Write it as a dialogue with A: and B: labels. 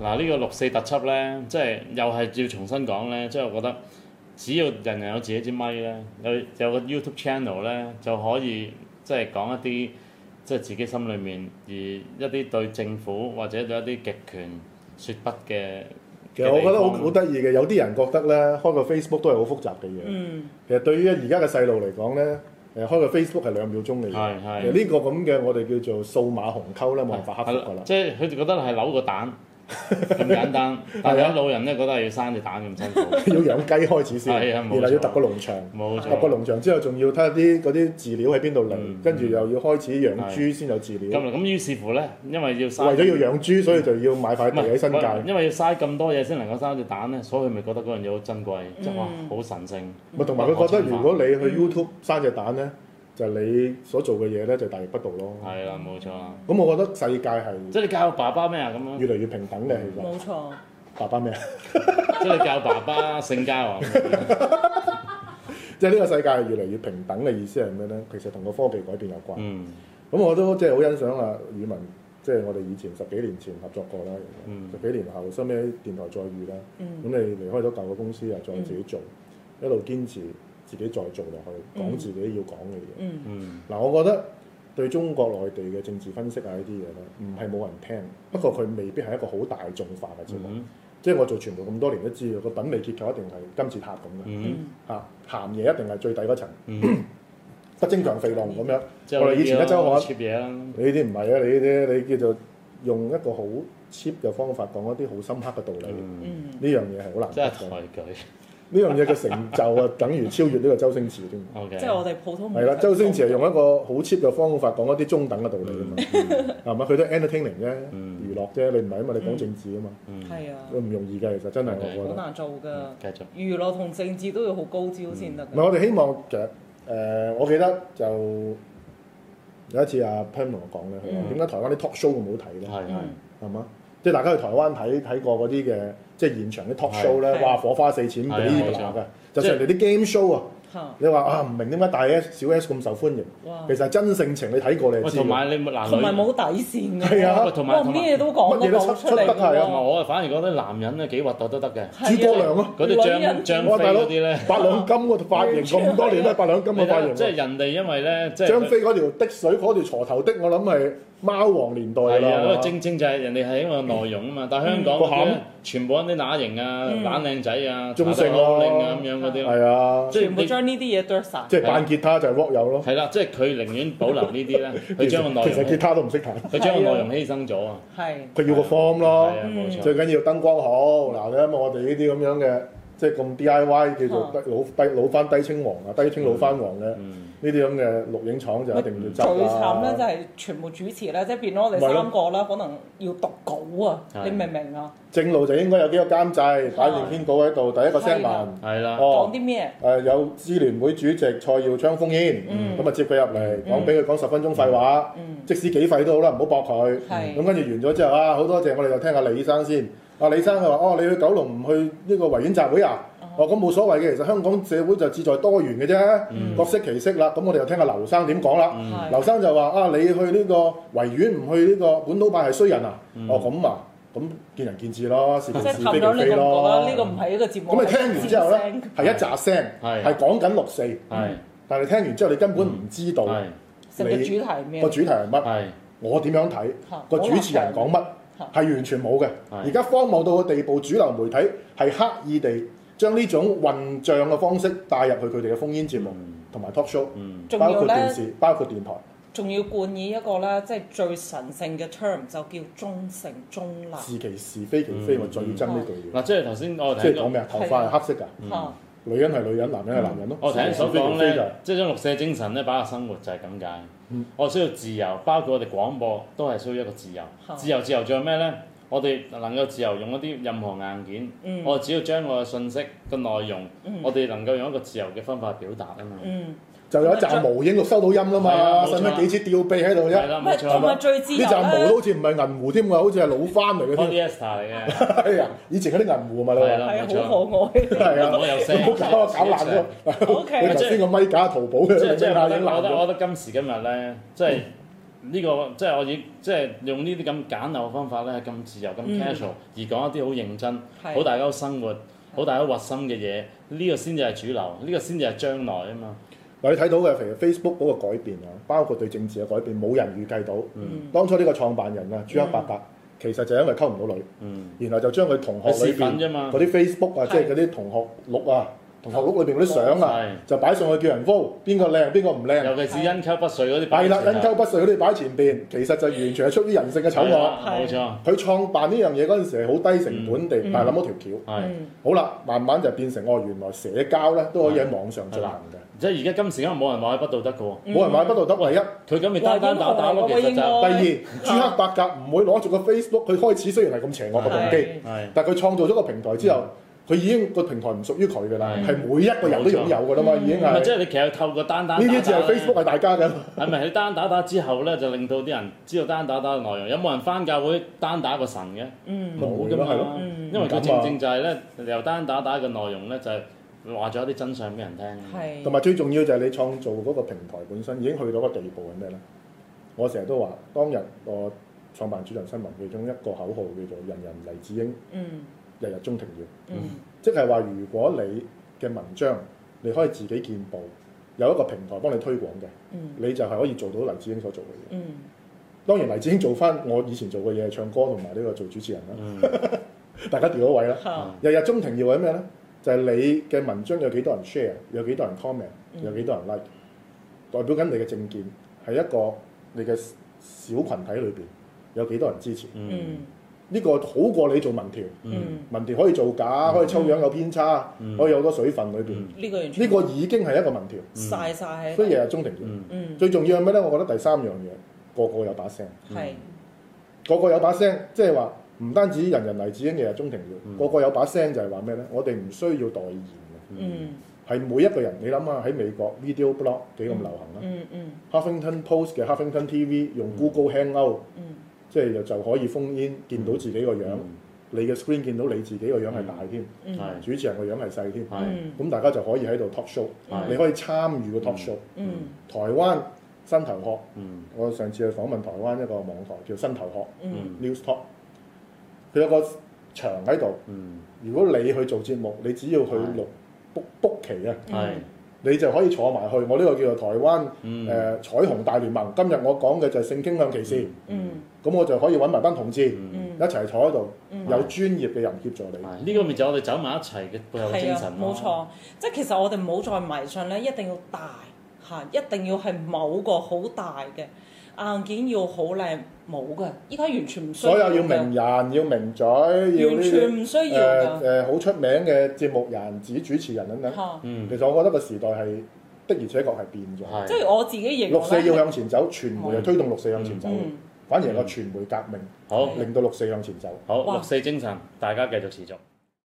A: 嗱呢個六四特輯咧，即係又係要重新講咧，即係我覺得只要人人有自己支咪咧，有有個 YouTube channel 咧就可以即係講一啲即係自己心裏面而一啲對政府或者對一啲極權說不嘅。
B: 其實我覺得好
A: 嘅地方
B: 好得意嘅，有啲人覺得咧開個 Facebook 都係好複雜嘅嘢。
C: 嗯，
B: 其實對於而家嘅細路嚟講咧，誒開個 Facebook 係兩秒鐘嚟嘅
A: 係。係
B: 其實呢個咁嘅我哋叫做數碼鴻溝咧，冇辦法克服
A: 係
B: 㗎啦。
A: 即係佢哋覺得係扭個 蛋咁簡單，
B: 啊
A: 但係有啲老人咧覺得係要生隻蛋咁辛苦。
B: 要養雞開始先，
A: 係啊
B: 然
A: 冇
B: 後要
A: 錯
B: 揼個農場，
A: 冇
B: 揼個
A: 錯。
B: 農場之後仲要睇下啲嗰啲飼料喺邊度
A: 嗯
B: 嚟，跟住又要開始養
A: 係
B: 豬先有飼
A: 咁啊
B: 料。
A: 咁於是乎咧，因為要生
B: 為咗要養豬，所以就要買塊
A: 唔
B: 地喺新
A: 係，
B: 界。
A: 因為要嘥咁多嘢先能夠生隻蛋咧，所以佢咪覺得嗰樣嘢好珍貴，即係哇好神聖。
B: 咪同埋佢覺得，如果你
A: 嗯
B: 去 YouTube 生隻蛋咧，就你所做嘅嘢咧就大逆不道咯。
A: 係啦，冇錯啦。
B: 咁我覺得世界係
A: 即係你教爸爸咩啊咁樣？
B: 越嚟越平等嘅，其實
C: 冇錯，
B: 爸爸咩啊？
A: 即係你教爸爸性交啊？
B: 即係呢個世界係越嚟越平等嘅意思係咩咧？其實同個科技改變有關。咁、
A: 嗯
B: 我都即係好欣賞啊宇文，即係我哋以前十幾年前合作過啦，
A: 嗯
B: 十幾年後收尾電台再遇啦。咁、
C: 嗯
B: 你離開咗舊嘅公司啊，再自己做，
A: 嗯
B: 一路堅持自己再做落去，講自己要講嘅嘢。
C: 嗯
A: 嗯
B: 嗱、我覺得對中國內地嘅政治分析啊呢啲嘢咧，唔係冇人聽，不過佢未必係一個好大眾化嘅節目。
A: 嗯
B: 即係我做傳媒咁多年都知嘅，個品味結構一定係金字塔咁嘅
A: 嗯，
B: 嚇，啊鹹嘢一定係最底嗰層，
A: 嗯
B: 不精強肥龍咁樣。
A: 即係
B: 我哋以前一周刊
A: cheap 嘢啦。
B: 你呢啲唔係啊，你呢啲你叫做用一個好 cheap 嘅方法講一啲好深刻嘅道理，呢
A: 嗯，
C: 嗯，
B: 樣嘢係好難
A: 即係
B: 得
A: 抬
B: 嘅。
A: 舉。
B: 呢樣嘢嘅成就 啊，等於超越呢個周星馳添。
A: O K。
C: 即係我哋普通
B: 係
A: 嗯
B: 啦，周星馳係用一個好 cheap 嘅方法講一啲中等嘅道理啊嘛，係咪？佢都 entertaining 啫，
A: 嗯
B: 娛樂啫，你唔係因為你講政治啊嘛，
A: 嗯，
C: 係啊，
B: 唔容易嘅其實真係
A: OK
B: 我覺
C: 好
B: 得。
C: 難做噶，
A: 繼續。
C: 娛樂同政治都要好高招先得
B: 唔係，
C: 㗎。
B: 我哋希望其實誒、呃我記得就有一次阿 Pam 同我講咧，佢話
C: 嗯
B: 點解台灣啲 talk show 咁好睇咧？
A: 係係
C: 嗯。
B: 係嘛？即係大家去台灣睇睇過嗰啲嘅，即係現場啲 talk show
C: 係
B: 咧，
C: 係
B: 哇火花四濺，
A: 係啊
B: 幾熱
A: 冇錯
B: 鬧嘅。就算人哋啲 game show 啊，
C: 嚇，
B: 你話啊唔明點解大 S 小 S 咁受歡迎，
C: 哇
B: 其，實真性情你睇過你
A: 啊
B: 就
A: 喂，
B: 知
A: 同
B: 嘅。
A: 埋你嗱
C: 同埋
A: 女。
C: 冇底線㗎喎，
B: 係啊
A: 喂同埋
C: 哇
A: 同埋
C: 咩都講
B: 乜嘢
C: 得
B: 都
C: 講
B: 出
C: 出嚟
B: 出
C: 㗎
B: 得係啊
A: 同埋
C: 喎
A: 我啊，反而覺得男人咧幾核突都得嘅。
C: 係啊
B: 諸葛亮啊，
A: 嗰啲
C: 女
A: 張
C: 人
A: 張
B: 哇
A: 飛
B: 大佬
A: 嗰啲咧，
B: 八兩金個髮型咁多年都係八兩金
A: 你
B: 嘅
A: 咧
B: 髮
A: 即係
B: 型喎。
A: 人哋因為咧，即係
B: 張飛嗰條滴水嗰條鋤頭的，我諗係貓王年代㗎
A: 係啊，因為。
B: 啦係嘛嗯
A: 正正就係人哋係因為內容啊嘛，但係香港
B: 個
A: 嗰啲
B: 餡
A: 咧全部啲乸型啊、
C: 嗯
A: 懶靚仔啊、
B: 中性啊
A: 令啊咁樣嗰啲咯，
B: 係啊，
A: 即係
C: 全部
A: 你
C: 將呢啲嘢剁晒。
B: 即係扮吉他就係 rock 友咯。
A: 係啦，即係佢寧願保留呢啲咧，佢將個內
B: 其實吉
A: 容
B: 他都唔識彈，
A: 佢將個內容犧牲咗啊，
C: 係
B: 佢要個 form 咯
A: 係。啊，冇錯
B: 最。緊要燈光好嗱，因為我哋呢啲咁樣嘅，即係咁 DIY
C: 啊
B: 叫做低老低老翻低清黃啊，低清老翻黃嘅呢
A: 嗯，
B: 啲咁嘅錄影廠就一定要
C: 嗯最
B: 執
C: 慘咧，就
B: 啦。
C: 係全部主持咧，即係變咗我哋
B: 咪咯
C: 三個啦，可能要讀稿啊，
A: 係
C: 你明唔明啊？
B: 正路就應該有幾個監製擺完編稿喺度，第一個聲
C: 係啊
B: 文，
A: 係啦，
C: 講
B: 哦，
C: 啲咩？啊
B: 誒有支聯會主席蔡耀昌封煙，
C: 嗯
B: 咁啊接佢入嚟，講俾佢講十分鐘廢話，即使幾廢都好啦，唔好駁佢。
C: 係
B: 咁跟住完咗之後啊，好多謝我哋又聽下李生先。啊，李生佢話：哦，你去九龍唔去呢個維園集會啊？哦，咁冇所謂嘅，其實香港社會就志在多元嘅
C: 嗯
B: 啫，各色其色啦。咁我哋又聽下劉生點講啦。
C: 係
B: 劉生就話：啊，你去呢個維園唔去呢個本土派係衰人啊？哦，咁啊，咁見仁見智咯，是
C: 嗯即
B: 非
C: 係
B: 是
C: 氹
B: 非
C: 咗
B: 就
C: 你
B: 非
C: 覺唔覺
B: 咯
C: 得。呢個唔係一個節目？
B: 咁你聽完之後咧，係一扎聲，
A: 係
B: 係講緊六四，
A: 係嗯
B: 但係你聽完之後你根本唔知道
A: 係
C: 成個主題係咩
B: 個？主題係乜，
A: 係
B: 我點樣睇
C: 嚇，
B: 個主持人講乜，
C: 嚇
B: 係完全冇嘅。
A: 係
B: 而家荒謬到個地步，主流媒體係刻意地將呢種混帳嘅方式帶入去佢哋嘅烽煙節目
A: 嗯
B: 同埋 talk show，
A: 嗯
C: 仲
B: 包
C: 要
B: 括電
C: 咧，
B: 視，包括電台。
C: 仲要冠以一個咧，即係最神聖嘅 term 就叫忠誠中立
B: 是其是非其非，
A: 嗯
B: 我最憎呢句嘢。
A: 嗱，即嗯係頭先我
B: 即
A: 睇
B: 係講咩啊？頭髮係黑色㗎，
C: 嚇。
B: 女人係女人，男人係男人咯。
A: 嗯我頭先所講
B: 是其是非其非就係
A: 咧，即係將綠社精神咧擺落生活就係咁解
B: 嗯。
A: 我需要自由，包括我哋廣播都係需要一個自由
C: 嚇。
A: 自由自由仲有咩咧？我哋能夠自由用一啲任何硬件，
C: 嗯
A: 我哦只要將我嘅信息嘅內容，
C: 嗯
A: 我哋能夠用一個自由嘅方法表達啊嘛。
C: 嗯，
B: 就有一紮毛已經錄收到音啦
A: 啊係啊冇
B: 嘛，
A: 錯
B: 使
A: 啊
B: 乜幾支吊臂喺度啫？
A: 係啊
B: 呢
A: 啦，冇
C: 喂，
A: 錯
C: 同
A: 啦
C: 埋最自由啊
B: 紮毛都
C: 咧，
B: 好似唔係銀狐添喎，好似係老番嚟嘅添。
A: ，polyester 嚟嘅，
B: 係啊，以前嗰啲銀狐啊嘛，你
A: 啊係
B: 話
A: 啦
C: 係啊，
A: 冇錯
C: 好可 愛。
B: 係啊，
A: 我有聲
B: 唔好搞我搞爛咗。
C: O
B: 你
C: K，
B: 頭先個咪架淘寶嘅，
A: 即係
B: 你
A: 即係
B: 下
A: 我
B: 已
A: 覺
B: 經
A: 得，我
B: 爛嗯
A: 覺得
B: 咗。
A: 我覺得今時今日咧，即係呢、個即係我以即係用呢啲咁簡陋嘅方法咧，係咁自由、咁
C: 嗯
A: casual，、而講一啲好認真、
C: 係
A: 好大家生活、好大家核心嘅嘢，呢、個先至係主流，呢、個先至係將來啊嘛。
B: 嗱，你睇到嘅譬如 Facebook 嗰個改變啊，包括對政治嘅改變，冇人預計到。
C: 嗯
B: 當初呢個創辦人啊，朱克伯格，其實就係因為溝唔到女，
A: 嗯，
B: 然後就將佢同哦學裏
A: 佢試
B: 邊
A: 品啫嘛
B: 嗰啲 Facebook 啊，
C: 係
B: 即係嗰啲同學錄啊，同學錄裏邊嗰啲相啊，
A: 係
B: 就擺上去叫人 vote，邊個靚邊個唔靚。
A: 尤其是因溝不遂嗰啲擺
B: 係
A: 喺
B: 啦，
A: 前
B: 因
A: 頭
B: 鳩不遂嗰啲擺喺前邊，其實就完全係出於人性嘅醜
A: 係啊
B: 惡。
A: 啦冇錯，
B: 佢創辦呢樣嘢嗰陣時係好低成本地，但係諗到條橋。
A: 係。
C: 嗯
B: 好啦，慢慢就變成哦，原來社交咧都可以喺網上進行嘅。
A: 即係而家今時今日冇人話佢不道德嘅喎，
B: 冇人買不道德為一。
A: 佢咁咪單單打打咯，其實就
B: 第
A: 係
C: 哇
B: 二，朱克伯格唔會攞住個 Facebook，佢開始雖然係咁邪惡嘅動機，
A: 係
B: 但係佢創造咗個平台之後，佢已經個平台唔屬於佢㗎啦，
A: 係
B: 係每一個人都擁有㗎啦嘛，已經係
A: 咪即
B: 呢
A: 係你其實透過單單打打
B: 啲只係
A: 咧
B: Facebook 係大家嘅。
A: 係咪你單打打之後咧，就令到啲人知道單打打嘅內容？有冇人翻教會單打個神嘅？
C: 嗯
A: 冇噶嘛
B: 冇㗎嘛，
A: 因為佢正正就係咧，由單打打嘅內容咧，就係話咗一啲真相俾人聽。
C: 係
B: 同埋最重要就係你創造嗰個平台本身已經去到個地步係咩咧？我成日都話，當日我創辦主場新聞其中一個口號叫做人人黎智英，
C: 嗯
B: 日日中庭耀，
C: 嗯
B: 即係話如果你嘅文章你可以自己見報，有一個平台幫你推廣嘅，
C: 嗯
B: 你就係可以做到黎智英所做嘅嘢。
C: 嗯
B: 當然黎智英做翻我以前做嘅嘢，唱歌同埋呢個做主持人啦，
A: 嗯，
B: 大家調咗位啦。
C: 嚇
B: 日日中庭要係咩咧？就係、你嘅文章有幾多人 share，有幾多人 comment，
C: 嗯
B: 有幾多人 like，代表緊你嘅政見係一個你嘅小群體裏邊有幾多人支持。
A: 嗯
C: 嗯
B: 呢、個好過你做民調，
A: 嗯，
C: 嗯
B: 民調可以造假，可以抽樣有偏差，
A: 嗯
B: 可以有好多水分裏邊。
A: 嗯
C: 呢個完
B: 呢
C: 全
B: 個已經係一個民調，
C: 晒晒喺
B: 所以日
C: 度
B: 日中庭要。
A: 嗯
C: 嗯
B: 最重要係咩咧？我覺得第三樣嘢，個個有把聲，
C: 係
B: 個個有把聲，即係話唔單止人人黎智英日日中庭
A: 嗯
B: 要，個個有把聲就係話咩咧？我哋唔需要代言嘅。
C: 嗯
B: 係每一個人，你諗下喺美國 video blog 幾咁流行啦、
C: 嗯嗯
B: Huffington Post 嘅 Huffington TV 用 Google Hangout，
C: 嗯
B: 即係就可以封煙，見到自己
A: 嗯
B: 個樣，你嘅 screen 見到你自己個樣係大添，
C: 嗯
A: 係
B: 主持人個樣係細添，
A: 係
C: 嗯
B: 咁大家就可以喺度 talk show，
A: 係
B: 你可以參與個 talk show。
C: 嗯
B: 台灣新頭殼，
A: 嗯
B: 我上次去訪問台灣一個網台叫新頭殼
C: 嗯
B: News Talk，佢有個牆喺度，
A: 嗯
B: 如果你去做節目，你只要去
A: 係
B: 錄 book book 期啊。
C: 嗯
A: 係
B: 你就可以坐埋去。我呢個叫做台灣誒、
A: 嗯
B: 呃彩虹大聯盟。今日我講嘅就係性傾向歧視，
C: 嗯
B: 咁、我就可以揾埋班同志、
C: 嗯
B: 一齊坐喺度，
C: 嗯
B: 有專業嘅人協助你。
A: 係呢個咪就係我哋走埋一齊嘅背後
C: 係
A: 精
C: 啊
A: 神，咯。
C: 冇錯，即係其實我哋唔好再迷信咧，一定要大嚇，一定要係某個好大嘅硬件要好靚，冇嘅，依家完全唔需要
B: 所
C: 嘅。
B: 有要名人、要名嘴、要呢
C: 完
B: 啲
C: 全唔需要
B: 誒
C: 㗎
B: 誒好出名嘅節目人、子主持人等等。
C: 嚇，
A: 嗯
B: 其實我覺得個時代係的而且確係變咗。
A: 係
C: 即係我自己形容
B: 六四要
C: 咧
B: 向前走，傳媒就推動六四向前走，
C: 嗯
B: 反而係個傳媒革命
A: 好
B: 令到六四向前走。
A: 好
C: 哇
A: 六四精神，大家繼續持續。